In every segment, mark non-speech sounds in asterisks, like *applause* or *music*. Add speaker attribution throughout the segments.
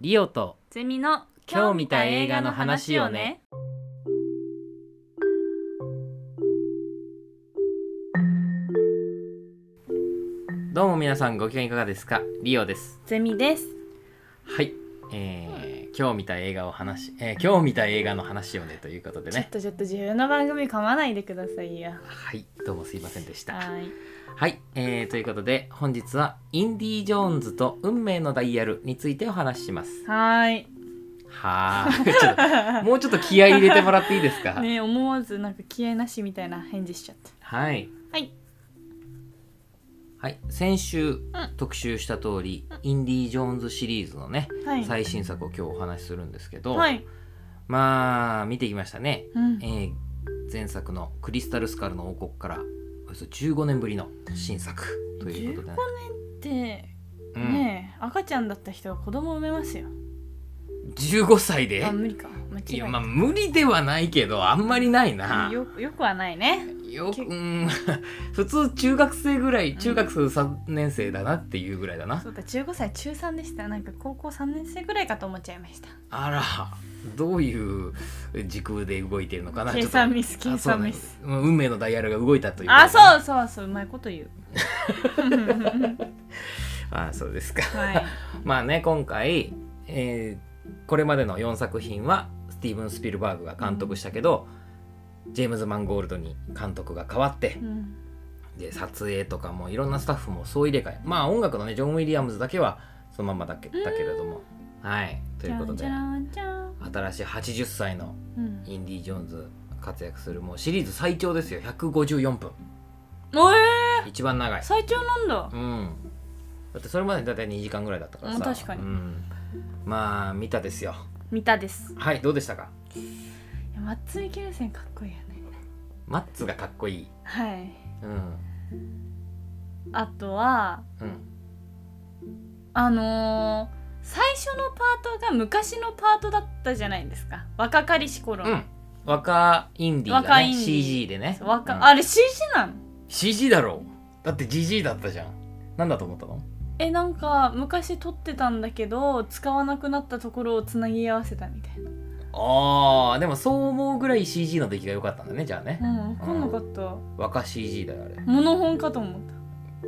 Speaker 1: リオと
Speaker 2: ゼミの
Speaker 1: 今日見た映画の話をね。どうも皆さんご機嫌いかがですかリオです
Speaker 2: ゼミです。
Speaker 1: はいえー、今日見た映画を話し、えー、今日見た映画の話をねということで
Speaker 2: ちょっ
Speaker 1: ね
Speaker 2: とちょっと自分の番組噛まないでくださ
Speaker 1: *laughs*
Speaker 2: いや。
Speaker 1: はいどうもすいませんでした
Speaker 2: はーい。
Speaker 1: はい、えー、ということで本日は「インディ・ージョーンズと運命のダイヤル」についてお話しします
Speaker 2: は
Speaker 1: *laughs* は
Speaker 2: *laughs*
Speaker 1: ーちょっともうちょっと気合い入れてもらっていいですか、
Speaker 2: ーい。ね思わずなんか気合いなしみたいな返事しちゃった。
Speaker 1: はい
Speaker 2: はい。
Speaker 1: はい、先週特集した通り、インディ・ージョーンズシリーズのね、
Speaker 2: はい。
Speaker 1: 最新作を今日お話しするんですけど、
Speaker 2: はい。
Speaker 1: まあ見てきましたね、
Speaker 2: うん
Speaker 1: え。ー前作の「クリスタル・スカルの王国」からおよそ15年ぶりの新作ということで、
Speaker 2: で、
Speaker 1: うん
Speaker 2: ねえ赤ちゃんだった人が子供を産めますよ。
Speaker 1: 15歳で
Speaker 2: あ無理か。間違
Speaker 1: い
Speaker 2: え
Speaker 1: や
Speaker 2: た
Speaker 1: まあ無理ではないけどあんまりないなよ
Speaker 2: よよくはないね。
Speaker 1: くうん *laughs* 普通中学生ぐらい中学生3年生だなっていうぐらいだな、
Speaker 2: そうだ15歳中3でしたなんか高校3年生ぐらいかと思っちゃい
Speaker 1: *laughs*
Speaker 2: ました
Speaker 1: あらどういう時空で動いてるのかな
Speaker 2: 計算
Speaker 1: ちょっ
Speaker 2: ミス
Speaker 1: と
Speaker 2: 計
Speaker 1: あそう
Speaker 2: 算
Speaker 1: ね
Speaker 2: ミス
Speaker 1: うん運命のダイヤルが動いたという
Speaker 2: あ
Speaker 1: う
Speaker 2: そうそうそううまいこ
Speaker 1: *laughs*
Speaker 2: と言う
Speaker 1: あそうですか
Speaker 2: はい
Speaker 1: まあね今回、えーこれまでの4作品はスティーブン・スピルバーグが監督したけど、ジェームズ・マンゴールドに監督が変わって、
Speaker 2: うん
Speaker 1: で撮影とかもいろんなスタッフも総入れ替えまあ音楽のねジョン・ウィリアムズだけはそのままだけだけれどもはいということで
Speaker 2: じゃらんじゃらん
Speaker 1: 新しい80歳の
Speaker 2: じゃん
Speaker 1: インディ・ジョーンズ活躍するもうシリーズ最長ですよ154分
Speaker 2: うん、え
Speaker 1: 一番長い
Speaker 2: ー、最長なんだ
Speaker 1: うんだってそれまでだいたい2時間ぐらいだったからさ
Speaker 2: うん確かに
Speaker 1: うんまあ見たですよ
Speaker 2: 見たです
Speaker 1: はいどうでしたか
Speaker 2: いや松井キルセンかっこいいよね
Speaker 1: マッツがかっこいい
Speaker 2: はい
Speaker 1: うん
Speaker 2: あとは
Speaker 1: うん
Speaker 2: あのー、最初のパートが昔のパートだったじゃないですか若かりし頃
Speaker 1: う
Speaker 2: の、
Speaker 1: ん若インディが、ね、
Speaker 2: 若インディ
Speaker 1: CG でね
Speaker 2: 若
Speaker 1: うん
Speaker 2: あれ CG なの
Speaker 1: CG だろうだって GG だったじゃんなんだと思ったの
Speaker 2: えなんか昔撮ってたんだけど使わなくなったところをつなぎ合わせたみたいな
Speaker 1: あーでもそう思うぐらい CG の出来が良かったんだねじゃあね
Speaker 2: うん分かんなかった
Speaker 1: 若 CG だよあ
Speaker 2: モノホンかと思っ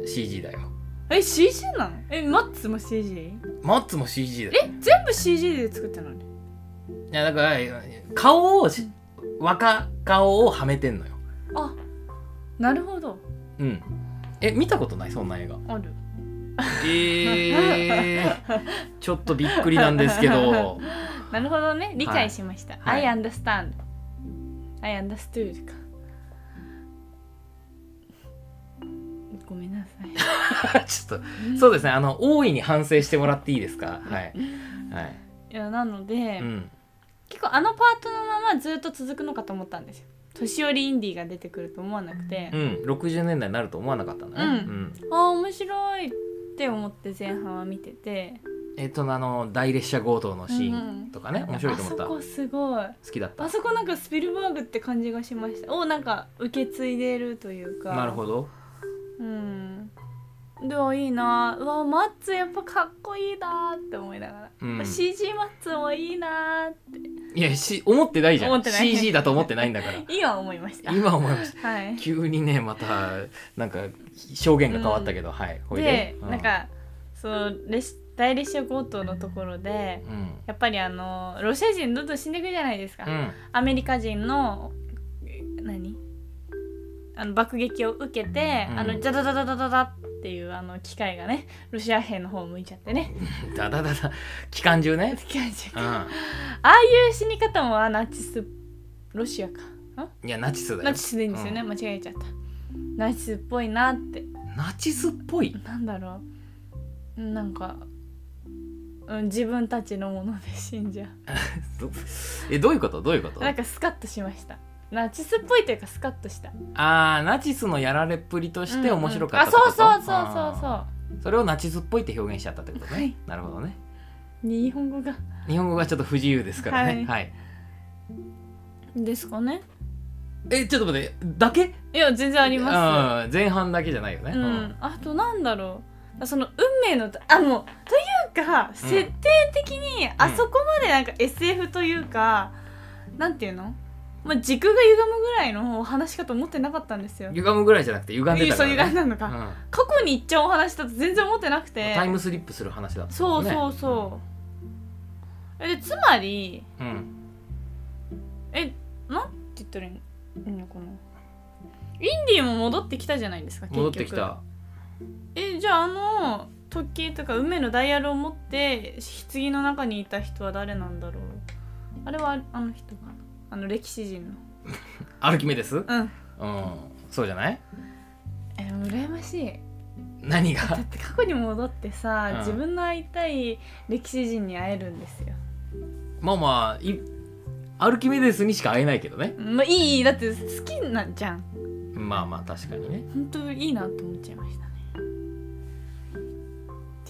Speaker 1: れ CG だよ
Speaker 2: たえ CG なのえマッツも CG?
Speaker 1: マッツも CG だよ
Speaker 2: え全部 CG で作ってるのに
Speaker 1: いやだから顔をし若顔をはめてんのよ
Speaker 2: あなるほど
Speaker 1: うんえ見たことないそんな映画
Speaker 2: ある
Speaker 1: え *laughs*
Speaker 2: *laughs*
Speaker 1: ー、ちょっとびっくりなんですけど
Speaker 2: なるほどね理解しました、
Speaker 1: はい
Speaker 2: I understand I understood かごめんなさ
Speaker 1: *laughs*
Speaker 2: い
Speaker 1: ちょっと *laughs* そうですねあの大いに反省してもらっていいですかはいはい
Speaker 2: いやなので、
Speaker 1: うん
Speaker 2: 結構あのパートのままずっと続くのかと思ったんですよ年寄りインディーが出てくると思わなくて、
Speaker 1: うん60年代になると思わなかったんだね
Speaker 2: うん
Speaker 1: うん
Speaker 2: ああ面白いって思って前半は見てて
Speaker 1: えっとあの大列車強盗のシーンとかね、面白いと思った
Speaker 2: あそ
Speaker 1: 好
Speaker 2: こすごい
Speaker 1: きだった
Speaker 2: あそこなんかスピルバーグって感じがしましたをなんか受け継いでるというか
Speaker 1: なるほど
Speaker 2: うんでもいいなうわマッツやっぱかっこいいなって思いながら、
Speaker 1: うん
Speaker 2: CG マッツもいいなっ
Speaker 1: いやし思ってないじゃ
Speaker 2: 思
Speaker 1: ん
Speaker 2: ってない
Speaker 1: CG だと思ってないんだか
Speaker 2: て今思いました
Speaker 1: ら今思いました
Speaker 2: はい
Speaker 1: 急にねまたなんか証言が変わったけど、はいほい
Speaker 2: で、
Speaker 1: う
Speaker 2: なんかそう列大列車強盗のところで
Speaker 1: うん
Speaker 2: やっぱりあのロシア人どんどん死んでいくじゃないですか、
Speaker 1: うん
Speaker 2: アメリカ人のえ何あの爆撃を受けて、
Speaker 1: うん
Speaker 2: あのダダダダダダダっていうあの機械がねロシア兵の方を向いちゃってね
Speaker 1: だだだだ期間中ね、
Speaker 2: 機械じゃんあ
Speaker 1: う
Speaker 2: あいう死に方もあナチスロシアかん
Speaker 1: ん、いやナチスだよ
Speaker 2: ナチスでいいんですよね、間違えちゃったナチスっぽいなって
Speaker 1: ナチスっぽい
Speaker 2: なんだろうなんか、うん、自分たちのもので死んじゃ
Speaker 1: どえどういうことどういうこと
Speaker 2: うなんかスカッとしましたナチスっぽいというかスカッとした
Speaker 1: ああナチスのやられっぷりとして面白かったって
Speaker 2: うん
Speaker 1: こ
Speaker 2: うんあ
Speaker 1: と、
Speaker 2: そうそうそうそうそう
Speaker 1: そうそれをナチスっぽいって表現しちゃったってことね、
Speaker 2: はい
Speaker 1: なるほどね
Speaker 2: 日本語が
Speaker 1: 日本語がちょっと不自由ですからね、はい
Speaker 2: ですかね
Speaker 1: えちょっと待ってだけ
Speaker 2: いや全然ありま
Speaker 1: うん前半だけじゃないよね
Speaker 2: すうん、あとなんだろうその運命のあのというか、設定的にあそこまでなんか SF というかなんていうの、まあ、時空が歪むぐらいのお話かと思ってなかったんですよ。
Speaker 1: 歪むぐらいじゃなくて歪んでたか
Speaker 2: そう
Speaker 1: ら、ね、
Speaker 2: 歪んだのか、
Speaker 1: うん
Speaker 2: 過去に行っちゃうお話だと全然思ってなくて
Speaker 1: タイムスリップする話だった
Speaker 2: そ
Speaker 1: も
Speaker 2: うん
Speaker 1: ね
Speaker 2: そうそう、えでつまり
Speaker 1: うん、うん
Speaker 2: えなんて言ったらいいのかなインディも戻ってきたじゃないですか結局
Speaker 1: 戻ってきた
Speaker 2: えじゃああの時計とか梅のダイヤルを持って棺の中にいた人は誰なんだろうあれはああの人かなあの歴史人
Speaker 1: アルキメデスうん
Speaker 2: のうん
Speaker 1: そうじゃない
Speaker 2: え羨ましい
Speaker 1: 何が
Speaker 2: *laughs* だって過去に戻ってさ、
Speaker 1: うん
Speaker 2: 自分の会いたい歴史人に会えるんですよ
Speaker 1: まあまあいアルキメデスにしか会えないけどね
Speaker 2: まあいいいいだって好きなんじゃん
Speaker 1: まあまあ確かにね
Speaker 2: 本当いいなと思っちゃいましたねっ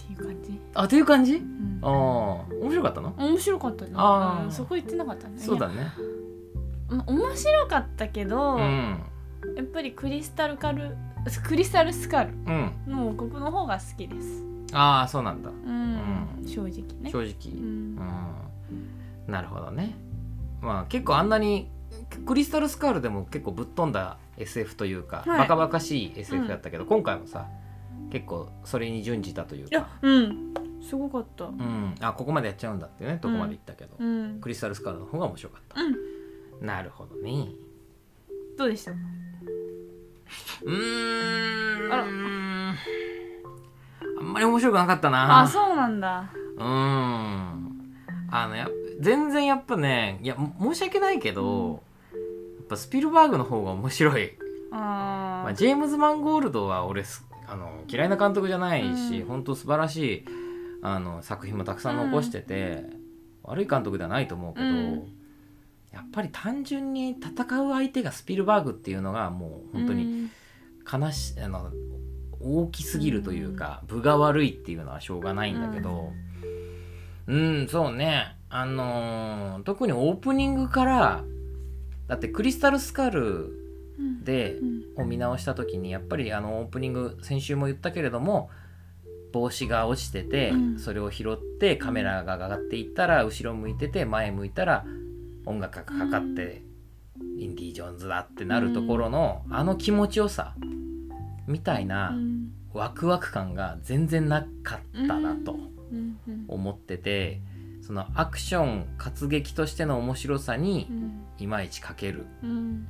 Speaker 2: ていう感じ、
Speaker 1: あという感じ
Speaker 2: うん
Speaker 1: ああ面白かったの
Speaker 2: 面白かったね
Speaker 1: あー
Speaker 2: うんそこ言ってなかったね
Speaker 1: そうだね
Speaker 2: いやま面白かったけど、
Speaker 1: うん
Speaker 2: やっぱりクリスタルカルクリスタルスカル
Speaker 1: うん
Speaker 2: の王国の方が好きです
Speaker 1: ああそうなんだ
Speaker 2: うん、
Speaker 1: うん
Speaker 2: 正直ね
Speaker 1: 正
Speaker 2: う
Speaker 1: 直
Speaker 2: ん
Speaker 1: うんなるほどねまあ結構あんなにクリスタルスカールでも結構ぶっ飛んだ SF というか、
Speaker 2: はい
Speaker 1: バカバカしい SF だったけど、今回もさ結構それに準じたという
Speaker 2: い
Speaker 1: か
Speaker 2: やうんすごかったうん
Speaker 1: うん、あここまでやっちゃうんだってねとこまで行ったけど、
Speaker 2: うん
Speaker 1: クリスタルスカールの方が面白かった、なるほどね
Speaker 2: どうでした
Speaker 1: うーん
Speaker 2: あら
Speaker 1: あんまり面白くなかったな
Speaker 2: あそうなんだ
Speaker 1: うーんあのやっぱ全然やっぱねいやも申し訳ないけどやっぱスピルバーグの方が面白い、
Speaker 2: あ
Speaker 1: ま
Speaker 2: ー
Speaker 1: あ、ジェームズ・マンゴールドは俺すあの嫌いな監督じゃないし、
Speaker 2: うん
Speaker 1: 本当素晴らしいあの作品もたくさん残してて、悪い監督ではないと思うけど、
Speaker 2: うん
Speaker 1: やっぱり単純に戦う相手がスピルバーグっていうのがもう本当に
Speaker 2: うん
Speaker 1: 悲しあの大きすぎるというか、分が悪いっていうのはしょうがないんだけどうん、そうねあのー特にオープニングからだってクリスタルスカル
Speaker 2: うん
Speaker 1: で
Speaker 2: うん
Speaker 1: を見直した時にやっぱりあのオープニング先週も言ったけれども帽子が落ちてて、
Speaker 2: うん
Speaker 1: それを拾ってカメラが上がっていったら後ろ向いてて前向いたら音楽がかかって、インディ・ジョーンズだってなるところの、あの気持ちよさみたいな
Speaker 2: うん
Speaker 1: ワクワク感が全然なかったなと
Speaker 2: うんうん
Speaker 1: 思ってて、そのアクション活劇としての面白さに
Speaker 2: うん
Speaker 1: いまいち欠ける
Speaker 2: うん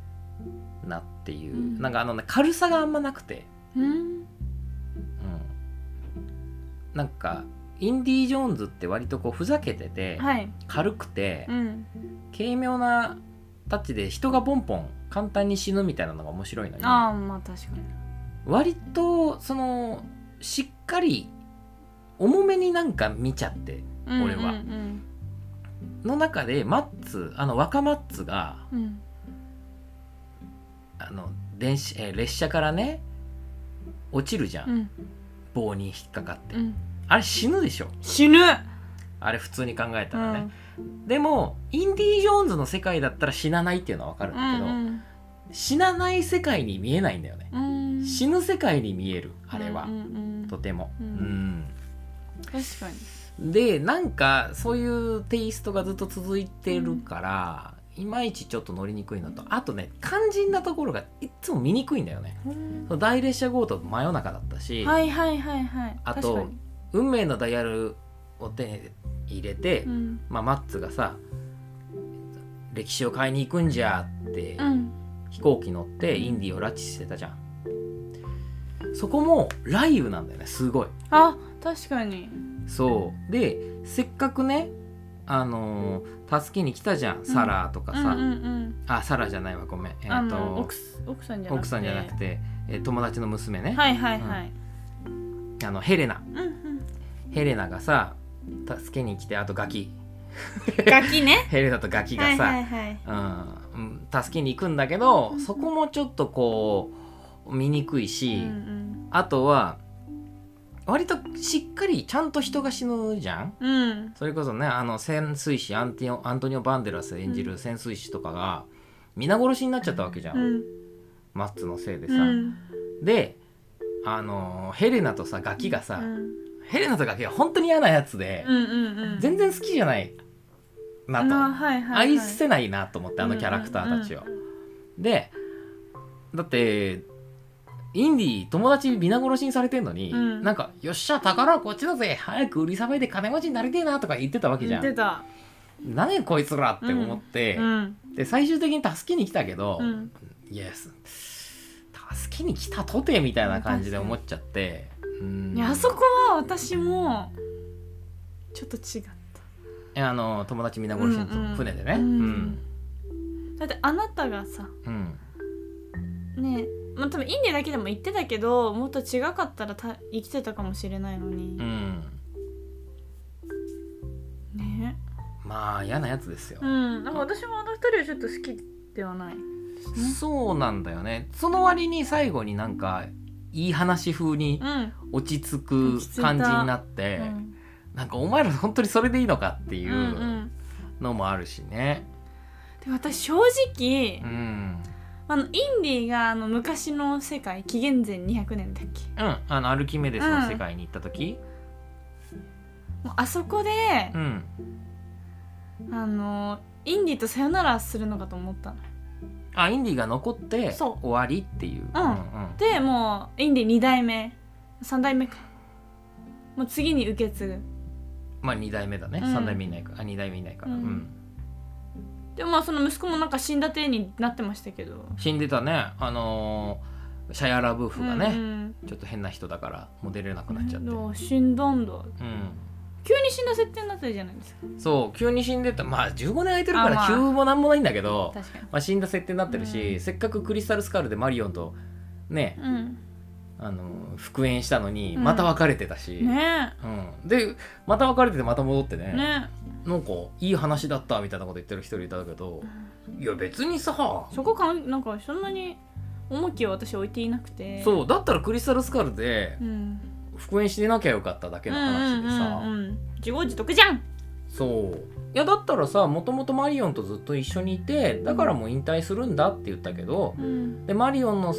Speaker 1: なっていう、
Speaker 2: うん
Speaker 1: なんかあのね軽さがあんまなくて。
Speaker 2: うん
Speaker 1: うん、なんかインディ・ージョーンズって割とこうふざけてて、
Speaker 2: はい
Speaker 1: 軽くて、
Speaker 2: うん
Speaker 1: 軽妙なタッチで人がポンポン簡単に死ぬみたいなのが面白いのに
Speaker 2: ああまあ確かに
Speaker 1: 割とそのしっかり重めになんか見ちゃって
Speaker 2: うん
Speaker 1: 俺は
Speaker 2: うん
Speaker 1: の中でマッツあの若マッツが
Speaker 2: うんうん
Speaker 1: あの電子、えー列車からね落ちるじゃん、
Speaker 2: うん
Speaker 1: 棒に引っかかって、
Speaker 2: うん
Speaker 1: あれ死ぬでしょ
Speaker 2: 死ぬ
Speaker 1: あれ普通に考えた
Speaker 2: う
Speaker 1: らね、
Speaker 2: ん
Speaker 1: でもインディ・ージョーンズの世界だったら死なないっていうのは分かるん
Speaker 2: う
Speaker 1: だけど、
Speaker 2: ん
Speaker 1: 死なない世界に見えないんだよね、
Speaker 2: うん
Speaker 1: 死ぬ世界に見えるあれは、
Speaker 2: うんうんうん
Speaker 1: とても、
Speaker 2: う確かに
Speaker 1: うんでなんかそういうテイストがずっと続いてるから、いまいちちょっと乗りにくいのとあとね肝心なところがいつも見にくいんだよねその大列車強盗真夜中だったし、
Speaker 2: はいはいはいはい
Speaker 1: あと
Speaker 2: 確かに
Speaker 1: 運命のダイヤルを手に入れて、
Speaker 2: うん
Speaker 1: まあ、マッツがさ歴史を変えに行くんじゃって、
Speaker 2: うん
Speaker 1: 飛行機乗ってインディを拉致してたじゃんそこも雷雨なんだよねすごい
Speaker 2: あ確かに
Speaker 1: そうでせっかくねあのー助けに来たじゃんサラーとかさ、
Speaker 2: うんうんうん
Speaker 1: あサラーじゃないわごめんえっ、
Speaker 2: あの
Speaker 1: と
Speaker 2: 奥す奥さんじゃなくて
Speaker 1: 奥さんじゃなくて、えー友達の娘ね、
Speaker 2: はいはいはい
Speaker 1: あのヘレナ
Speaker 2: うんうん
Speaker 1: ヘレナがさ助けに来てあとガキ
Speaker 2: ガキね
Speaker 1: ヘレナとガキがさ、
Speaker 2: はいはいはい
Speaker 1: うん、うん助けに行くんだけどそこもちょっとこう見にくいし、
Speaker 2: うん
Speaker 1: あとは割としっかりちゃんと人が死ぬじゃん
Speaker 2: うんうん
Speaker 1: それこそねあの潜水士アンティオアントニオ・バンデラス演じる潜水士とかが皆殺しになっちゃったわけじゃん、
Speaker 2: うん
Speaker 1: マッツのせいでさ、
Speaker 2: うん
Speaker 1: であのヘレナとさガキがさ、
Speaker 2: うん
Speaker 1: ヘレナとガキが本当に嫌なやつで、
Speaker 2: うんうんうん
Speaker 1: 全然好きじゃないなと、
Speaker 2: あーはいはいはい
Speaker 1: 愛せないなと思ってあのキャラクターたちを、
Speaker 2: うんうんうん
Speaker 1: でだってインディ友達皆殺しにされてんのに、
Speaker 2: うん
Speaker 1: なんか「よっしゃ宝はこっちだぜ早く売りさばいて金持ちになりてえな」とか言ってたわけじ
Speaker 2: 言
Speaker 1: ゃ
Speaker 2: っ
Speaker 1: ん
Speaker 2: てた
Speaker 1: 「何やこいつら」って思って、
Speaker 2: うん
Speaker 1: で最終的に助けに来たけど、
Speaker 2: うん
Speaker 1: イエス助けに来たとてみたいな感じで思っちゃってうん
Speaker 2: いやあそこは私もちょっと違った
Speaker 1: あの友達皆殺し
Speaker 2: うんう
Speaker 1: の
Speaker 2: ん
Speaker 1: 船でね
Speaker 2: う
Speaker 1: うんん
Speaker 2: だってあなたがさ
Speaker 1: うん
Speaker 2: ねまあ多分インディだけでも言ってたけどもっと違かったらた生きてたかもしれないのに
Speaker 1: う、ん
Speaker 2: ね
Speaker 1: まあ嫌なやつですよ、
Speaker 2: うんなんか私もあの二人はちょっと好きではないですね
Speaker 1: そうなんだよねその割に最後になんかいい話風に
Speaker 2: うん、
Speaker 1: 落ち着く
Speaker 2: 落ち着いた
Speaker 1: 感じになって、
Speaker 2: うん
Speaker 1: なんかお前ら本当にそれでいいのかってい
Speaker 2: うんう
Speaker 1: うんのもあるしね
Speaker 2: で私正直、
Speaker 1: うん、
Speaker 2: あのインディがあの昔の世界紀元前200年だっけ
Speaker 1: うん、あのアルキメデスの世界に行った時
Speaker 2: もうあそこで、
Speaker 1: うん、
Speaker 2: あのインディとさよならするのかと思ったの
Speaker 1: あインディが残って終
Speaker 2: そう
Speaker 1: わりっていう
Speaker 2: うんでもうインディ2代目3代目かもう次に受け継ぐ
Speaker 1: まあ2代目だね、
Speaker 2: うん
Speaker 1: 3代目いないかあ2代目いないから、
Speaker 2: う
Speaker 1: うんん
Speaker 2: でもまあその息子もなんか死んだ体になってましたけど
Speaker 1: 死んでたねあのーシャヤラブーフがね、
Speaker 2: うん
Speaker 1: ちょっと変な人だからもう出れなく
Speaker 2: う
Speaker 1: なっちゃって、うん
Speaker 2: ん、死んだんだ急に死んだ設定になってるじゃないですか
Speaker 1: そう急に死んでたまあ15年空いてるか
Speaker 2: あま
Speaker 1: ら
Speaker 2: あ
Speaker 1: 急もなんもないんだけど、
Speaker 2: 確かに
Speaker 1: まあ、死んだ設定になってるし、
Speaker 2: うん
Speaker 1: せっかくクリスタルスカールでマリオンとね、
Speaker 2: うん
Speaker 1: あのー復縁したのに
Speaker 2: うん
Speaker 1: また別れてたし、
Speaker 2: ね
Speaker 1: うん、でまた別れててまた戻ってね
Speaker 2: えね
Speaker 1: なんかいい話だったみたいなこと言ってる人いたけど
Speaker 2: え、
Speaker 1: いや別にさ
Speaker 2: そこかんなんかそんなに重きを私置いていなくて
Speaker 1: そうだったらクリスタルスカルで
Speaker 2: うん
Speaker 1: 復縁してなきゃよかっただけの話でさ、
Speaker 2: うんうんうんうん、自業自得じゃん
Speaker 1: そういやだったらさもともとマリオンとずっと一緒にいてだからもう引退するんだって言ったけど
Speaker 2: うん
Speaker 1: でマリオンの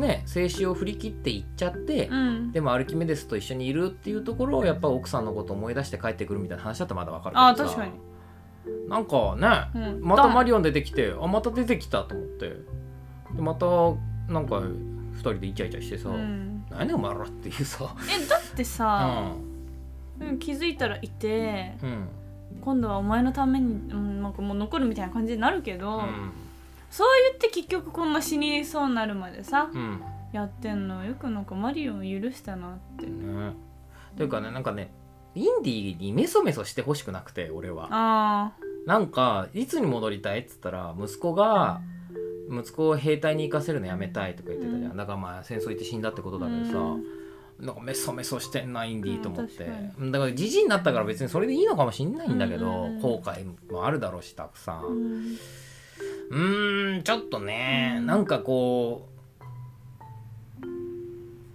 Speaker 1: ね静止を振り切って行っちゃって、
Speaker 2: うん
Speaker 1: でもアルキメデスと一緒にいるっていうところをやっぱ奥さんのこと思い出して帰ってくるみたいな話だったらまだわかる
Speaker 2: あー
Speaker 1: けど
Speaker 2: 確
Speaker 1: さ
Speaker 2: かに、
Speaker 1: なんかね
Speaker 2: うん、
Speaker 1: またマ
Speaker 2: リ
Speaker 1: リオン出てきてあまた出てきたと思ってでまたなんか2人でイチャイチャしてさ、
Speaker 2: うん、
Speaker 1: 何お前らっていうさ、
Speaker 2: えだって
Speaker 1: う
Speaker 2: さ、
Speaker 1: ん
Speaker 2: うん気づいたらいて
Speaker 1: うん
Speaker 2: 今度はお前のために、うん、なんかもう残るみたいな感じになるけど、
Speaker 1: うん
Speaker 2: そう言って結局こんな死にそうになるまでさ、
Speaker 1: うん
Speaker 2: やってんのよくなんかマリオン許したなって
Speaker 1: ねというかねなんかねインディーにメソメソしてほしくなくて俺は
Speaker 2: ああ
Speaker 1: なんかいつに戻りたいっつったら息子が息子を兵隊に行かせるのやめたいとか言ってたじゃん、
Speaker 2: う
Speaker 1: だからまあ戦争行って死んだってことだけどさ、なんかメソメソしてんなインディーと思って、
Speaker 2: うん確
Speaker 1: だからじじいになったから別にそれでいいのかもしんないんだけど、
Speaker 2: うんうんうん
Speaker 1: 後悔もあるだろうしたくさん、
Speaker 2: うん
Speaker 1: うーんちょっとね、
Speaker 2: うん
Speaker 1: なんかこう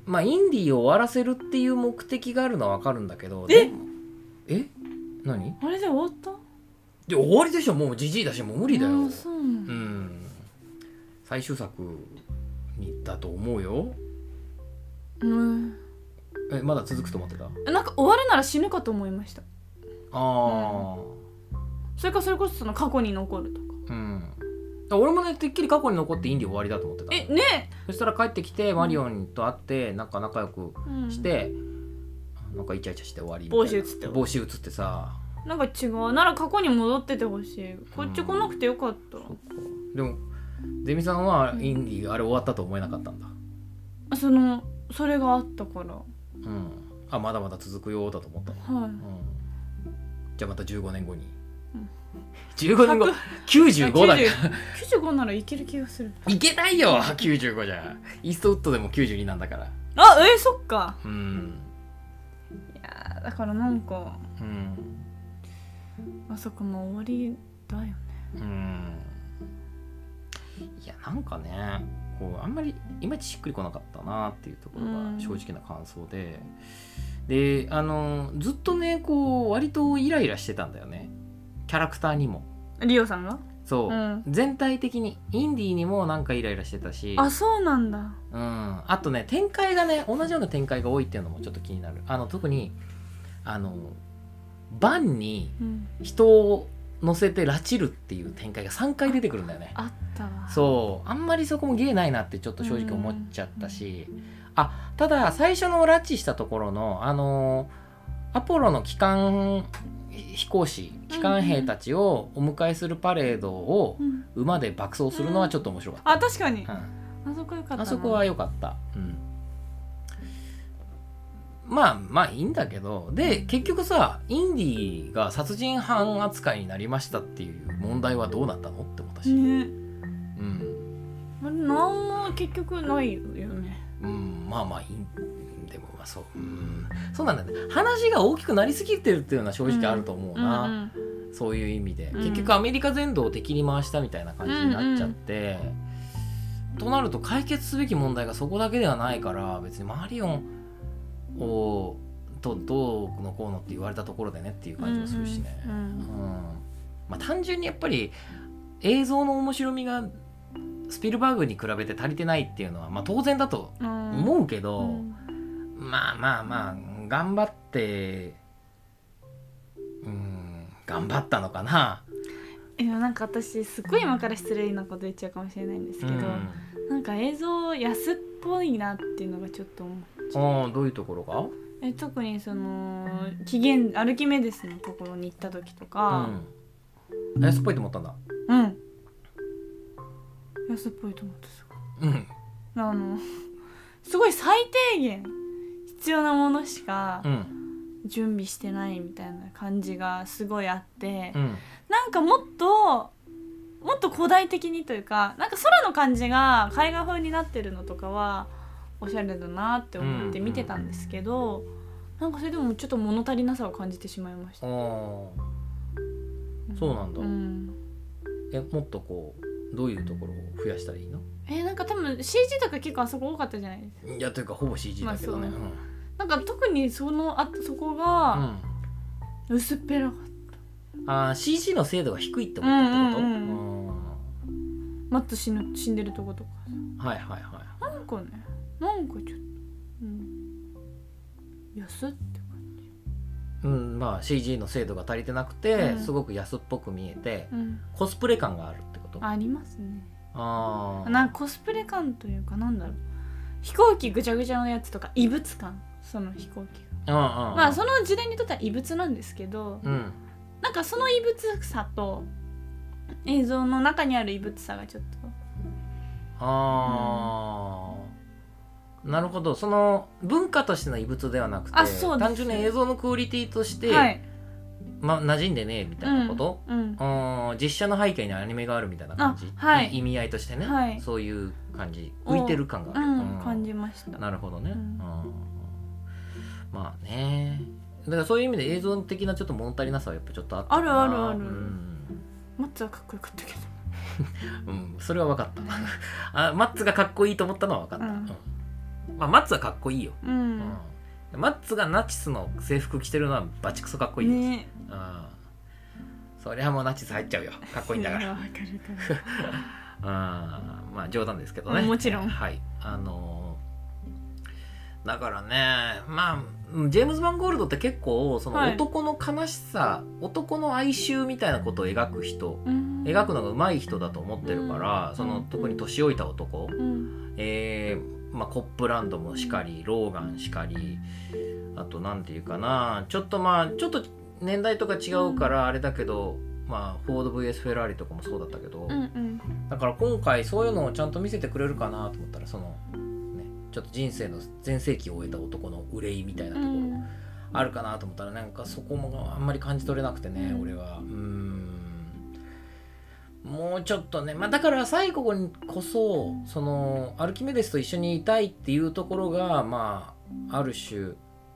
Speaker 1: まあインディーを終わらせるっていう目的があるのはわかるんだけどで
Speaker 2: え
Speaker 1: もえ何
Speaker 2: あれで終わった
Speaker 1: で終わりでしょもうじじいだしもう無理だよ
Speaker 2: あーそうな
Speaker 1: う
Speaker 2: の
Speaker 1: ん最終作にだと思うよ
Speaker 2: うん、
Speaker 1: えまだ続くと思ってたあ
Speaker 2: なんか終わるなら死ぬかと思いました
Speaker 1: あ
Speaker 2: それかそれこそその過去に残るとか
Speaker 1: ーうん、俺もねてっきり過去に残ってインディー終わりだと思ってた
Speaker 2: えねえ
Speaker 1: そしたら帰ってきてマリオンと会ってなんか仲良くして、なんかイチャイチャして終わりみたいな
Speaker 2: 帽子移って
Speaker 1: 帽子移ってさ
Speaker 2: なんか違うなら過去に戻っててほしいこっち来なくてよかった、
Speaker 1: でもゼミさんはインディーあれ終わったと思えなかったんだ
Speaker 2: あそのそれがあったからは
Speaker 1: うんあまだまだ続くよだと思ったのうんじゃあまた15年後に、
Speaker 2: うん
Speaker 1: 15年後
Speaker 2: 100
Speaker 1: 95だか
Speaker 2: い95ならいける気がする
Speaker 1: らいけないよ95じゃイーストウッドでも92なんだから
Speaker 2: あえそっか
Speaker 1: うん
Speaker 2: いやーだからなんか
Speaker 1: うん
Speaker 2: あそっかもう終わりだよね
Speaker 1: うんいやなんかねこうあんまりいまいちしっくりこなかったなっていうところ
Speaker 2: うん
Speaker 1: が正直な感想で、であのずっとねこう割とイライラしてたんだよねキャラクターにも
Speaker 2: リオさんが
Speaker 1: そう、
Speaker 2: うん
Speaker 1: 全体的にインディーにもなんかイライラしてたし
Speaker 2: あそうなんだ
Speaker 1: うん、あとね展開がね同じような展開が多いっていうのもちょっと気になるあの特にあのバンに
Speaker 2: うん
Speaker 1: 人を乗せて拉致るっていう展開が3回出てくるんだよね
Speaker 2: あったわ
Speaker 1: そうあんまりそこも芸ないなってちょっと正直思っちゃったしあただ最初の拉致したところのあのアポロの機関飛行士機関兵たちをお迎えするパレードを
Speaker 2: うん、
Speaker 1: 馬で爆走するのはちょっと面白かった、
Speaker 2: あ確かに、
Speaker 1: うん
Speaker 2: あそこよかったな
Speaker 1: あそこは良かった。うん。まあまあいいんだけど、で、結局さ、インディーが殺人犯扱いになりましたっていう問題はどうなったのって思ったし。
Speaker 2: ね
Speaker 1: うん。
Speaker 2: あれなんも結局ないよね
Speaker 1: うん、まあまあいい。でもまあそう。うん。そうなんだね。話が大きくなりすぎてるっていうのは正直あると思うな。
Speaker 2: うんうん
Speaker 1: そういう意味で、
Speaker 2: うん
Speaker 1: 結局アメリカ全土を敵に回したみたいな感じになっちゃって、となると解決すべき問題がそこだけではないから別にマリオンをとどうのこうのって言われたところでねっていう感じもするしね、
Speaker 2: うんうん
Speaker 1: うんまあ、単純にやっぱり映像の面白みがスピルバーグに比べて足りてないっていうのは、まあ、当然だと思うけど、
Speaker 2: うん
Speaker 1: まあまあまあ頑張ってうん頑張ったのかな、
Speaker 2: いやなんか私すっごい今から失礼なこと言っちゃうかもしれないんですけど、
Speaker 1: うん
Speaker 2: なんか映像安っぽいなっていうのがちょっと思う
Speaker 1: ああどういうところが
Speaker 2: え特にその紀元アルキメデスのところに行った時とか、
Speaker 1: うん、安っぽいと思ったんだ
Speaker 2: うん安っぽいと思ってすごい
Speaker 1: うん
Speaker 2: あのすごい最低限必要なものしか
Speaker 1: うん
Speaker 2: 準備してないみたいな感じがすごいあって、
Speaker 1: うん
Speaker 2: なんかもっともっと古代的にというかなんか空の感じが海外風になってるのとかはおしゃれだなって思って見てたんですけど、なんかそれでもちょっと物足りなさを感じてしまいまし
Speaker 1: あ
Speaker 2: た。
Speaker 1: あそうなんだ、
Speaker 2: うん
Speaker 1: えもっとこうどういうところを増やしたらいいの
Speaker 2: えなんか多分 CG とか結構あそこ多かったじゃないですか
Speaker 1: いやというかほぼ CG だけどね、
Speaker 2: まあなんか特にそのあそこ
Speaker 1: うん
Speaker 2: が薄っぺらかった、
Speaker 1: うん、あー CG の精度が低いって思ったってこと、
Speaker 2: うんう
Speaker 1: うん
Speaker 2: マット死ぬ死んでるとことか
Speaker 1: はいはいは
Speaker 2: なんかねなんかちょっと、うん、安って感
Speaker 1: い、う
Speaker 2: じ、
Speaker 1: ん、まあ CG の精度が足りてなくて、
Speaker 2: うん
Speaker 1: すごく安っぽく見えて
Speaker 2: うん、
Speaker 1: コスプレ感があるってことあ
Speaker 2: ありますね
Speaker 1: あー
Speaker 2: なんかコスプレ感というかなんだろう飛行機ぐちゃぐちゃのやつとか異物感その飛行機が
Speaker 1: うんうんうん
Speaker 2: まあその時代にとっては異物なんですけど
Speaker 1: うん
Speaker 2: なんかその異物さと映像の中にある異物さがちょっと
Speaker 1: あーなるほどその文化としての異物ではなくて
Speaker 2: あそうです
Speaker 1: 単純に映像のクオリティとして、
Speaker 2: はい
Speaker 1: ま、馴染んでねえみたいなこと、
Speaker 2: うん、うん
Speaker 1: うーん、実写の背景にアニメがあるみたいな感じ、
Speaker 2: あはい
Speaker 1: 意味合いとしてね、
Speaker 2: はい
Speaker 1: そういう感じ
Speaker 2: を
Speaker 1: 浮いてる感がある、
Speaker 2: うん
Speaker 1: うん
Speaker 2: 感じました
Speaker 1: なるほどね、
Speaker 2: う
Speaker 1: うんんまあねだからそういう意味で映像的なちょっと物足りなさはやっぱちょっとあったかな
Speaker 2: あるあるある
Speaker 1: うん
Speaker 2: マッツはかっこよかったけど
Speaker 1: うん、それは分かった *laughs* あマッツがかっこいいと思ったのは分かった、うんまあ、マッツはかっこいいよ、
Speaker 2: う
Speaker 1: うん
Speaker 2: ん、
Speaker 1: マッツがナチスの制服着てるのはバチクソかっこいいです、
Speaker 2: ね
Speaker 1: うん、そりゃもうナチス入っちゃうよかっこいいんだか
Speaker 2: それ
Speaker 1: ら
Speaker 2: はわかる
Speaker 1: *laughs*
Speaker 2: から
Speaker 1: うんまあ冗談ですけどね
Speaker 2: もちろん
Speaker 1: はいあのーだからねまあうんジェームズ・バンゴールドって結構その
Speaker 2: はい
Speaker 1: 男の悲しさ、男の哀愁みたいなことを描く人
Speaker 2: うん
Speaker 1: 描くのが上手い人だと思ってるから、
Speaker 2: うん
Speaker 1: その特に年老いた男、
Speaker 2: うん
Speaker 1: えーまあ、コップランドもしかりローガンしかりあと何て言うかなちょっとまあちょっと年代とか違うからあれだけど、まあ、フォード VS フェラーリとかもそうだったけど、
Speaker 2: うんうん
Speaker 1: だから今回そういうのをちゃんと見せてくれるかなと思ったらその、ね、ちょっと人生の全盛期を終えた男の憂いみたいなと
Speaker 2: う
Speaker 1: ころ
Speaker 2: ん
Speaker 1: あるかなと思ったらなんかそこもあんまり感じ取れなくてね、
Speaker 2: うん
Speaker 1: 俺はうーんもうちょっとねまあだから最後にこそそのアルキメデスと一緒にいたいっていうところがまあある種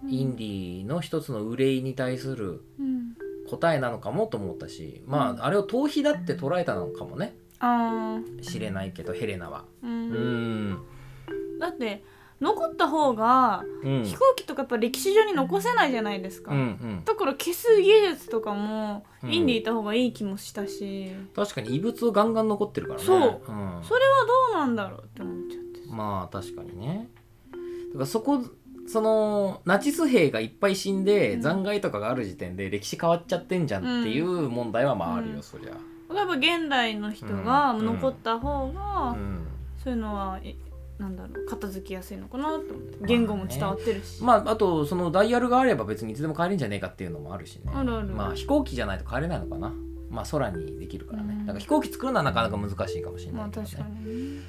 Speaker 1: インディーの一つの憂いに対する
Speaker 2: うん
Speaker 1: 答えなのかもと思ったしまああれを逃避だって捉えたのかもね
Speaker 2: あー
Speaker 1: 知れないけどヘレナは
Speaker 2: うん
Speaker 1: うーん
Speaker 2: だって残った方が
Speaker 1: うん
Speaker 2: 飛行機とかやっぱ歴史上に残せないじゃないですか、
Speaker 1: うんうん、
Speaker 2: だから消す技術とかも
Speaker 1: うん
Speaker 2: インディいた方がいい気もしたし、
Speaker 1: 確かに異物をガンガン残ってるからね
Speaker 2: そう、
Speaker 1: ん、
Speaker 2: それはどうなんだろうって思っちゃって
Speaker 1: まあ確かにねだからそこそのナチス兵がいっぱい死んで、
Speaker 2: うん
Speaker 1: 残骸とかがある時点で歴史変わっちゃってんじゃんっていう問題はまああるよ、
Speaker 2: うん
Speaker 1: そりゃ、
Speaker 2: やっぱ現代の人が
Speaker 1: うん
Speaker 2: 残った方が、
Speaker 1: うん、
Speaker 2: そういうのはえなんだろう片付きやすいのかなと思って言語も伝わってるし、
Speaker 1: まああとそのダイヤルがあれば別にいつでも帰れるんじゃねえかっていうのもあるしね
Speaker 2: あるある
Speaker 1: まあ飛行機じゃないと帰れないのかなまあ空にできるからね、
Speaker 2: うん
Speaker 1: だから飛行機作るのはなかなか難しいかもしれな
Speaker 2: まあ
Speaker 1: いけどね
Speaker 2: 確かにね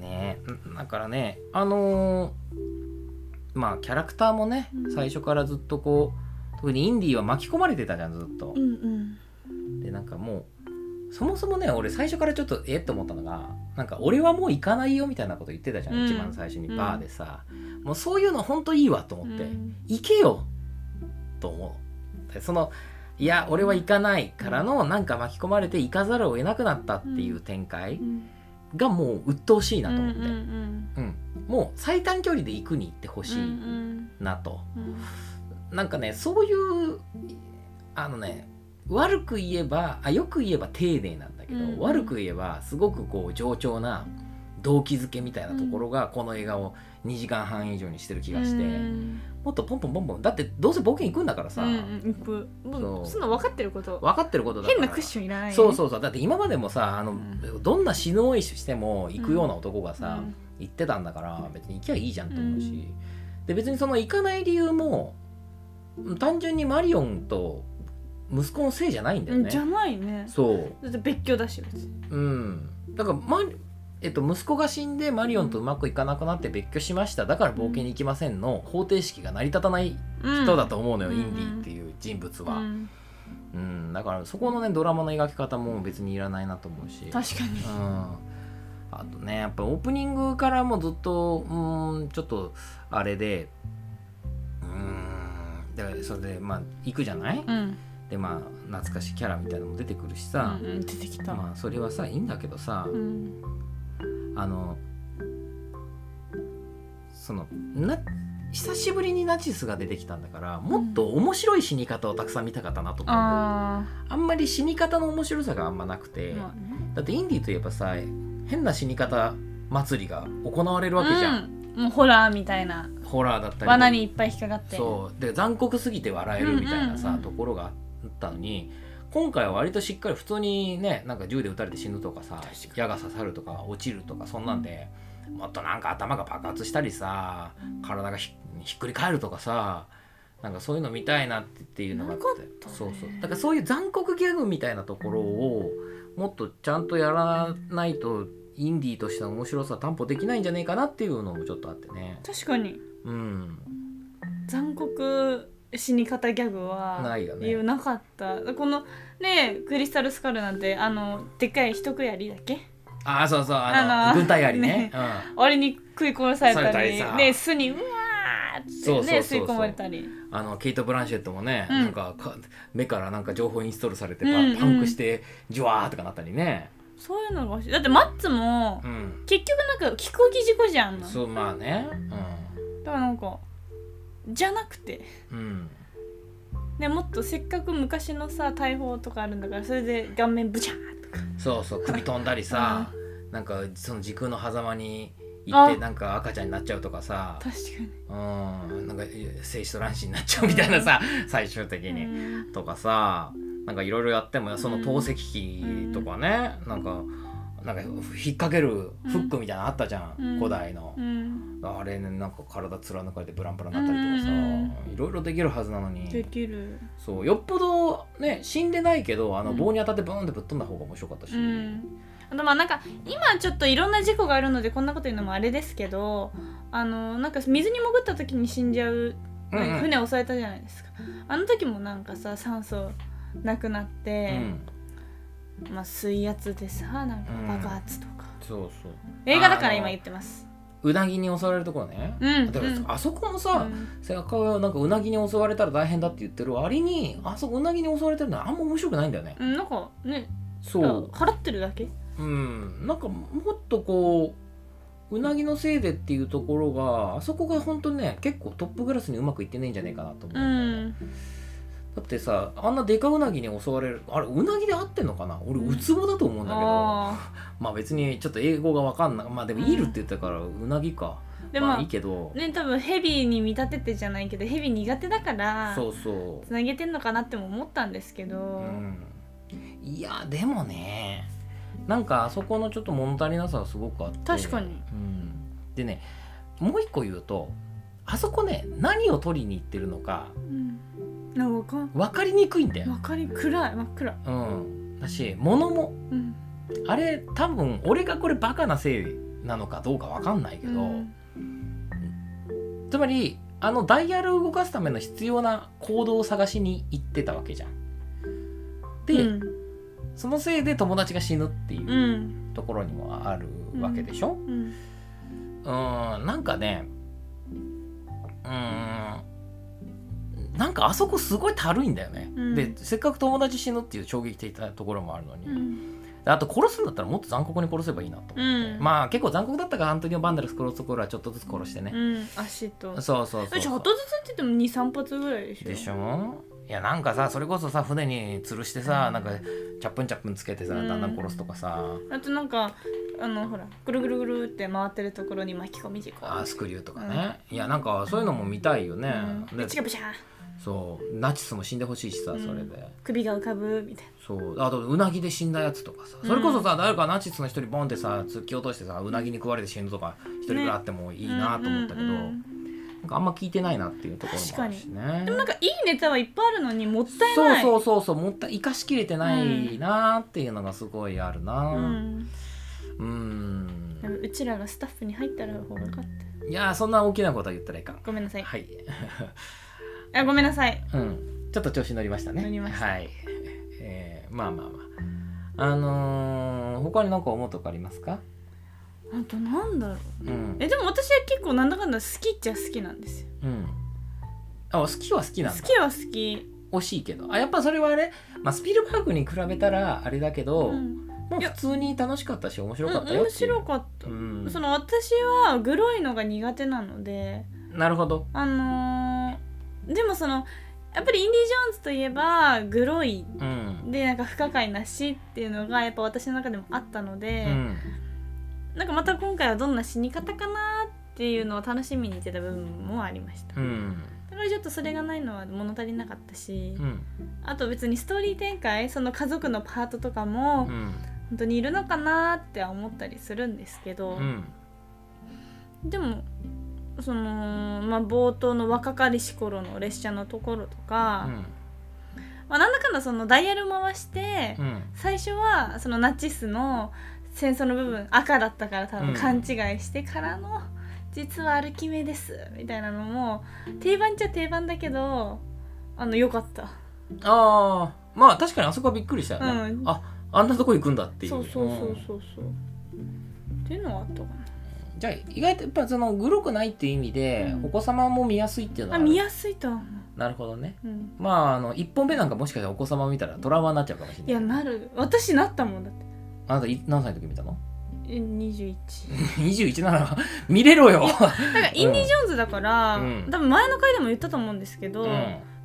Speaker 1: ねえだからねあのーまあキャラクターもね、
Speaker 2: うん
Speaker 1: 最初からずっとこう特にインディーは巻き込まれてたじゃんずっと
Speaker 2: う、んうん
Speaker 1: でなんかもうそもそもね俺最初からちょっとえっと思ったのがなんか俺はもう行かないよみたいなこと言ってたじゃん、
Speaker 2: うん
Speaker 1: 一番最初にバーでさ、もうそういうのほんといいわと
Speaker 2: う
Speaker 1: 思って、
Speaker 2: ん
Speaker 1: 行けよと思うでそのいや俺は行かないからのなんか巻き込まれて行かざるを得なくなったっていう展開
Speaker 2: うん
Speaker 1: がもう鬱陶しいなと思って、
Speaker 2: うんうん
Speaker 1: うん、もう最短距離で行くに行ってほし
Speaker 2: うん
Speaker 1: いなと、
Speaker 2: うん
Speaker 1: なんかねそういうあのね悪く言えばあよく言えば丁寧なんだけど、
Speaker 2: うん
Speaker 1: 悪く言えばすごくこう冗長な動機づけみたいなところがこの映画を2時間半以上にしてる気がして、
Speaker 2: うん
Speaker 1: もっとポンポンポンポンだってどうせ冒険行くんだからさ、
Speaker 2: うんうんいく
Speaker 1: そ
Speaker 2: も
Speaker 1: うう
Speaker 2: そんな分かってること
Speaker 1: 分かってることだから
Speaker 2: 変なクッションいらない
Speaker 1: そうそうそうだって今までもさあの、
Speaker 2: うん
Speaker 1: どんな死のいしても行くような男がさ、
Speaker 2: うん
Speaker 1: 行ってたんだから別に行きゃいいじゃんと思うし、で別にその行かない理由も単純にマリオンと息子のせいじゃないんだよ
Speaker 2: うん
Speaker 1: ね
Speaker 2: じ。ゃないね
Speaker 1: そう、
Speaker 2: だって別居だし別に
Speaker 1: うん、だからマリえっと、息子が死んでマリオンとうまくいかなくなって別居しましただから冒険に行きませんの方程式が成り立たない人だと思うのよ、
Speaker 2: うん
Speaker 1: インディっていう人物は、
Speaker 2: う
Speaker 1: うん
Speaker 2: ん
Speaker 1: だからそこのねドラマの描き方も別にいらないなと思うし
Speaker 2: 確かに
Speaker 1: うんあとねやっぱオープニングからもずっとうーんちょっとあれでうーんだからそれでまあ行くじゃない
Speaker 2: うん
Speaker 1: でまあ懐かしいキャラみたいのも出てくるしさ、
Speaker 2: うん出てきた
Speaker 1: まあそれはさいいんだけどさ、
Speaker 2: うん
Speaker 1: あのそのな久しぶりにナチスが出てきたんだからもっと面白い死に方をたくさん見たかったなと思う、あ
Speaker 2: あ
Speaker 1: んまり死に方の面白さがあんまなくて、
Speaker 2: ーまあね
Speaker 1: だってインディーといえばさ変な死に方祭りが行われるわけじゃん、
Speaker 2: うんもうホラーみたいな
Speaker 1: ホラーだったり
Speaker 2: 罠にいっぱい引っかかって
Speaker 1: そうで残酷すぎて笑えるみたいなさ、
Speaker 2: うんうんうん
Speaker 1: ところがあったのに今回は割としっかり普通にねなんか銃で撃たれて死ぬとかさ矢が刺さるとか落ちるとかそんなんでもっとなんか頭が爆発したりさ体がひひっくり返るとかさなんかそういうの見たいなってっていうのがあって
Speaker 2: なかったね
Speaker 1: そうそうだからそういう残酷ギャグみたいなところをもっとちゃんとやらないとインディーとしての面白さ担保できないんじゃねえかなっていうのもちょっとあってね
Speaker 2: 確かに
Speaker 1: うん
Speaker 2: 残酷死に方ギャグは
Speaker 1: ないよね
Speaker 2: いうなかったこのねクリスタルスカルなんてあのでっかい一くやりだっけ
Speaker 1: ああそうそうあの、
Speaker 2: あの
Speaker 1: 軍隊ありね
Speaker 2: ね
Speaker 1: う
Speaker 2: あれに食い殺された
Speaker 1: され
Speaker 2: り
Speaker 1: たりさ
Speaker 2: ね巣にうわーってね
Speaker 1: そうそうそうそう
Speaker 2: 吸い込まれたり
Speaker 1: ん、あのケイト・ブランシェットもね、
Speaker 2: うん
Speaker 1: なんかか目からなんか情報インストールされてパ,、
Speaker 2: うんうん
Speaker 1: パンクしてジュワーとかなったりね
Speaker 2: そういうのが欲しいだってマッツも、
Speaker 1: うん
Speaker 2: 結局なんか飛行機事故じゃんのだか
Speaker 1: そうまあね
Speaker 2: らなんかじゃなくて
Speaker 1: うん、うん、
Speaker 2: ねもっとせっかく昔のさ大砲とかあるんだからそれで顔面ブチャーとか
Speaker 1: そうそう首飛んだりさなんかその時空の狭間に行って
Speaker 2: あ
Speaker 1: なんか赤ちゃんになっちゃうとかさ
Speaker 2: 確か
Speaker 1: うんなんか精子と卵子になっちゃうみたいなさ、最終的に、
Speaker 2: に、うん
Speaker 1: とかさなんかいろいろやってもその透析機とかね、なんかなんか引っ掛けるフックみたいなのあったじゃん、
Speaker 2: うん
Speaker 1: 古代の
Speaker 2: う、ん、
Speaker 1: あれねなんか体貫かれてブランブランになったりとか
Speaker 2: う
Speaker 1: さ、
Speaker 2: んうん
Speaker 1: いろいろできるはずなの
Speaker 2: で
Speaker 1: に
Speaker 2: きる
Speaker 1: そうよっぽどね死んでないけどあの
Speaker 2: うん
Speaker 1: 棒に当たってブーンってぶっ飛んだ方が面白かったし、
Speaker 2: うんあとまあなんか今ちょっといろんな事故があるのでこんなこと言うのもあれですけどあのなんか水に潜った時に死んじゃう
Speaker 1: うんうん
Speaker 2: 船を襲えたじゃないですか、あの時もなんかさ酸素なくなっ
Speaker 1: う
Speaker 2: て、
Speaker 1: ん
Speaker 2: まあ、水圧でさなんか爆発とか、
Speaker 1: そうそう
Speaker 2: 映画だから今言ってます
Speaker 1: うなぎに襲われるところね、
Speaker 2: うん
Speaker 1: だから
Speaker 2: うん
Speaker 1: あそこも
Speaker 2: う
Speaker 1: さ、
Speaker 2: ん
Speaker 1: 背中がなんかうなぎに襲われたら大変だって言ってる割にあそこうなぎに襲われてるのはあんま面白くないんだよね、
Speaker 2: うん、なんかね
Speaker 1: そう
Speaker 2: 払ってるだけ
Speaker 1: うん、なんかもっとこううなぎのせいでっていうところがあそこが本当ね結構トップクラスにうまくいってないんじゃないかなと思うん
Speaker 2: う
Speaker 1: だよね、
Speaker 2: ん
Speaker 1: だってさあんなデカウナギに襲われるあれウナギで合ってんのかな俺ウツボだと思うんだけど、
Speaker 2: あ
Speaker 1: まあ別にちょっと英語が分かんないまあでもイルって言ったからウナギか、
Speaker 2: ーで
Speaker 1: ま
Speaker 2: も
Speaker 1: あいいけど、
Speaker 2: ね多分ヘビに見立ててじゃないけどヘビ苦手だから
Speaker 1: そうそ
Speaker 2: つなげてんのかなっても思ったんですけど、
Speaker 1: う、うん、いやでもねなんかあそこのちょっと物足りなさがすごくあって
Speaker 2: 確かに
Speaker 1: うん、でねもう一個言うとあそこね何を取りに行ってるのか
Speaker 2: うん、なんかわか
Speaker 1: 分かりにくいんだ
Speaker 2: ん
Speaker 1: よ
Speaker 2: わ、かり暗い真っ暗、
Speaker 1: うん、だし物も
Speaker 2: うん、
Speaker 1: あれ多分俺がこれバカなせいなのかどうか分かんないけど、
Speaker 2: うん
Speaker 1: つまりあのダイヤルを動かすための必要な行動を探しに行ってたわけじゃん。で、
Speaker 2: うん
Speaker 1: そのせいで友達が死ぬっていううんところにもあるわけでしょ、
Speaker 2: うん
Speaker 1: うーんなんかねうーんなんかあそこすごいたるいんだよね、
Speaker 2: うん
Speaker 1: でせっかく友達死ぬっていう衝撃的なところもあるのに、
Speaker 2: うん
Speaker 1: であと殺すんだったらもっと残酷に殺せばいいなと思って、
Speaker 2: うん
Speaker 1: まあ結構残酷だったからアントニオ・バンダルス殺すところはちょっとずつ殺してね、
Speaker 2: うん足と
Speaker 1: そうそうそう
Speaker 2: えちょっとずつって言っても23発ぐらいでしょ
Speaker 1: でしょいやなんかさそれこそさ船に吊るしてさなんかチャップンチャップンつけてさ
Speaker 2: うん
Speaker 1: だんだん殺すとかさ、
Speaker 2: あとなんかあのほらぐるぐるぐるって回ってるところに巻き込み事故
Speaker 1: あースクリューとかね、いやなんかそういうのも見たいよね、
Speaker 2: うん
Speaker 1: で
Speaker 2: ブチャブチャ
Speaker 1: そうナチスも死んでほしいしさそれで、
Speaker 2: 首が浮かぶみたい
Speaker 1: そうあとうなぎで死んだやつとかさ
Speaker 2: うん
Speaker 1: それこそさ、誰かナチスの一人ボンってさ突き落としてさうなぎに食われて死ぬとか一人ぐらいあってもいいな
Speaker 2: な
Speaker 1: と思ったけど、
Speaker 2: うんうん
Speaker 1: なんかあんま聞いてないなっていうところもあるしね
Speaker 2: でもなんかいいネタはいっぱいあるのにもったい
Speaker 1: そう
Speaker 2: ない
Speaker 1: そううそうそうもったい生かしきれてないなっていうのがすごいあるなうん
Speaker 2: ん、でもうちらがスタッフに入ったら方がよかった
Speaker 1: いやーそんな大きなことは言ったらいかん
Speaker 2: ごめんなさい
Speaker 1: はい、
Speaker 2: あごめんなさい
Speaker 1: うん、ちょっと調子乗りましたね
Speaker 2: 乗りました
Speaker 1: はい、えー、まあまあまああのー、他に何か思うとこありますか
Speaker 2: あとなんだろう
Speaker 1: うん
Speaker 2: えでも私は結構なんだかんだ好きっちゃ好きなんですよ
Speaker 1: うんあ好きは好きなん
Speaker 2: 好
Speaker 1: だ
Speaker 2: きは好き、
Speaker 1: 惜しいけどあやっぱそれはあれ、まあ、スピルバーグに比べたらあれだけど、
Speaker 2: うん、
Speaker 1: もう
Speaker 2: いや
Speaker 1: 普通に楽しかったし面白かったよ
Speaker 2: 面
Speaker 1: っていう
Speaker 2: 白かった、
Speaker 1: うん
Speaker 2: その私はグロいのが苦手なので
Speaker 1: なるほど
Speaker 2: あのーでもそのやっぱりインディ・ジョーンズといえばグロい
Speaker 1: うん、
Speaker 2: でなんか不可解な死っていうのがやっぱ私の中でもあったの
Speaker 1: う
Speaker 2: で、
Speaker 1: ん、
Speaker 2: なんかまた今回はどんな死に方かなっていうのを楽しみにしてた部分もありまし
Speaker 1: う
Speaker 2: た、
Speaker 1: ん
Speaker 2: だからちょっとそれがないのは物足りなかったし、
Speaker 1: うん
Speaker 2: あと別にストーリー展開その家族のパートとかも
Speaker 1: う
Speaker 2: 本
Speaker 1: ん
Speaker 2: 当にいるのかなっては思ったりするんですけど、
Speaker 1: うん
Speaker 2: でもその、まあ、冒頭の若かりし頃の列車のところとか、まあ、なんだかんだそのダイヤル回して、
Speaker 1: うん
Speaker 2: 最初はそのナチスの戦争の部分赤だったから多
Speaker 1: うん
Speaker 2: 分勘違いしてからの、実はアルキメですみたいなのも定番っちゃ定番だけどあの良かった
Speaker 1: ああまあ確かにあそこはびっくりしたよね、
Speaker 2: うん
Speaker 1: ああんなとこ行くんだっていう
Speaker 2: そうそうそう
Speaker 1: うん
Speaker 2: そうそう、っていうのはあったか
Speaker 1: じゃあ意外とやっぱそのグロくないっていう意味で、
Speaker 2: うん
Speaker 1: お子様も見やすいっていうの
Speaker 2: なあ
Speaker 1: は
Speaker 2: 見やすいとは思
Speaker 1: なるほどね
Speaker 2: う、うん、
Speaker 1: まああの一本目なんかもしかしたらお子様見たらトラウマになっちゃうかもしれない
Speaker 2: いやなる私なったもんだって
Speaker 1: あなたい何歳の時見たの *laughs*
Speaker 2: え21
Speaker 1: 21なら *laughs* 見れろよ、
Speaker 2: だからインディ・ジョーンズだから、
Speaker 1: うん
Speaker 2: 多分前の回でも言ったと思うんですけど「
Speaker 1: う、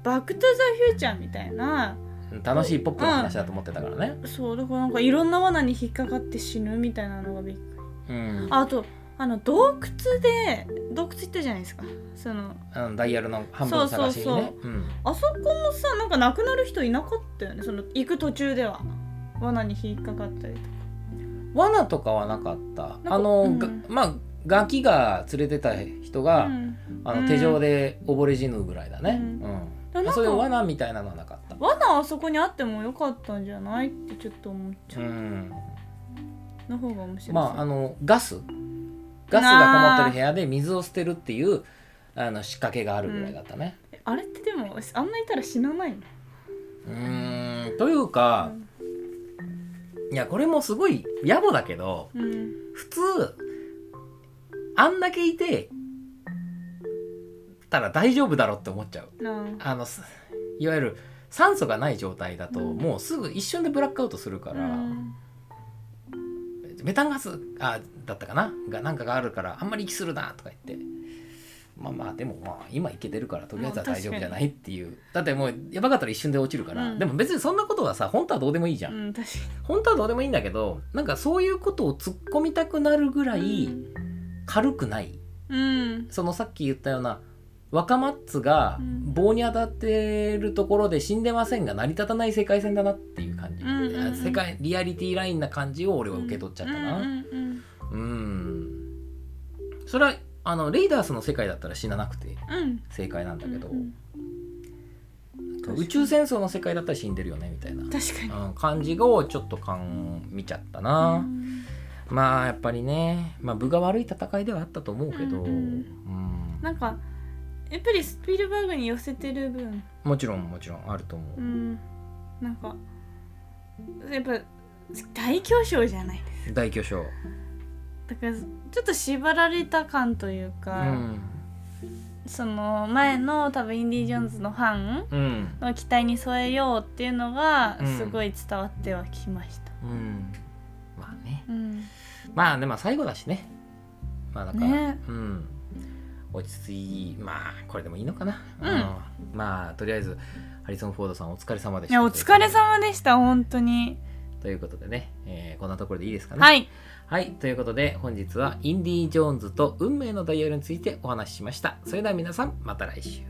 Speaker 2: バック・トゥ・ザ・フューチャー」みたいなん
Speaker 1: 楽しいポップの話だと思ってたからね
Speaker 2: そうだからなんかいろんな罠に引っかかって死ぬみたいなのがびっくり
Speaker 1: うん、
Speaker 2: ああとあの洞窟で洞窟行ったじゃないですかその
Speaker 1: あのダイヤルの半分探しにね
Speaker 2: そうそう
Speaker 1: うん
Speaker 2: あそこもさなんか亡くなる人いなかったよねその行く途中では罠に引っかかったりとか
Speaker 1: 罠とかはなかった
Speaker 2: か
Speaker 1: あの、
Speaker 2: うん
Speaker 1: がまあガキが連れてた人が、
Speaker 2: うん
Speaker 1: あ
Speaker 2: う
Speaker 1: の
Speaker 2: ん
Speaker 1: 手錠で溺れ死ぬぐらいだね、
Speaker 2: うん
Speaker 1: う
Speaker 2: だ
Speaker 1: ん
Speaker 2: からなんか
Speaker 1: そういう罠みたいなのはなかった
Speaker 2: 罠あそこにあってもよかったんじゃないってちょっと思っちゃ
Speaker 1: う
Speaker 2: う、
Speaker 1: ん
Speaker 2: の方が面白い
Speaker 1: まああのガスガスが溜まってる部屋で水を捨てるっていうあの仕掛けがあるぐらいだったね、
Speaker 2: えあれってでもあんないたら死なないの
Speaker 1: うーんというか、いやこれもすごい野暮だけど
Speaker 2: うん
Speaker 1: 普通あんだけいてたら大丈夫だろって思っちゃう
Speaker 2: な
Speaker 1: あのすいわゆる酸素がない状態だと、
Speaker 2: うん
Speaker 1: もうすぐ一瞬でブラックアウトするか
Speaker 2: あ
Speaker 1: ら、
Speaker 2: うん
Speaker 1: メタンガスあだったかながなんかがあるからあんまり息するなとか言ってまあまあでもまあ今いけてるからとりあえずは大丈夫じゃないっていうだってもうやばかったら一瞬で落ちるから、
Speaker 2: うん
Speaker 1: でも別にそんなことはさ本当はどうでもいいじゃん、
Speaker 2: うん確か
Speaker 1: 本当はどうでもいいんだけどなんかそういうことを突っ込みたくなるぐらい
Speaker 2: に
Speaker 1: 軽くない
Speaker 2: うん
Speaker 1: そのさっき言ったような若マッツが
Speaker 2: うん
Speaker 1: 棒に当たってるところで死んでませんが成り立たない世界線だなっていう感じ、
Speaker 2: うんうんうん
Speaker 1: 世界リアリティラインな感じを俺は受け取っちゃったな、
Speaker 2: うんうん
Speaker 1: うんそれはあのレイダースの世界だったら死ななくて
Speaker 2: うんうん
Speaker 1: 正解なんだけど、
Speaker 2: うんうん
Speaker 1: 宇宙戦争の世界だったら死んでるよねみたいな、
Speaker 2: 確かに
Speaker 1: うん、感じをちょっと感見ちゃったな、
Speaker 2: うん
Speaker 1: まあやっぱりね、まあ、部が悪い戦いではあったと思うけど、
Speaker 2: う
Speaker 1: う
Speaker 2: んうんんなんかやっぱりスピルバーグに寄せてる分
Speaker 1: もちろんもちろんあると思
Speaker 2: う
Speaker 1: う、
Speaker 2: んなんかやっぱ大巨匠じゃないです
Speaker 1: 大巨匠、
Speaker 2: だからちょっと縛られた感という
Speaker 1: う
Speaker 2: か、
Speaker 1: ん
Speaker 2: その前の多分インディ・ジョーンズのファン
Speaker 1: うん
Speaker 2: の期待に添えようっていうのが
Speaker 1: うん
Speaker 2: すごい伝わってはきました。
Speaker 1: うん、まあね
Speaker 2: うん
Speaker 1: まあでも最後だしねまあだから、
Speaker 2: ね
Speaker 1: うん落ち着いまあこれでもいいのかな、
Speaker 2: うん
Speaker 1: のまあとりあえずハリソン・フォードさんお疲れ様でし
Speaker 2: い
Speaker 1: た
Speaker 2: やお疲れ様でした本当に。
Speaker 1: ということでね、えーこんなところでいいですかね
Speaker 2: はい
Speaker 1: はい、ということで本日はインディ・ジョーンズと運命のダイヤルについてお話ししましたそれでは皆さんまた来週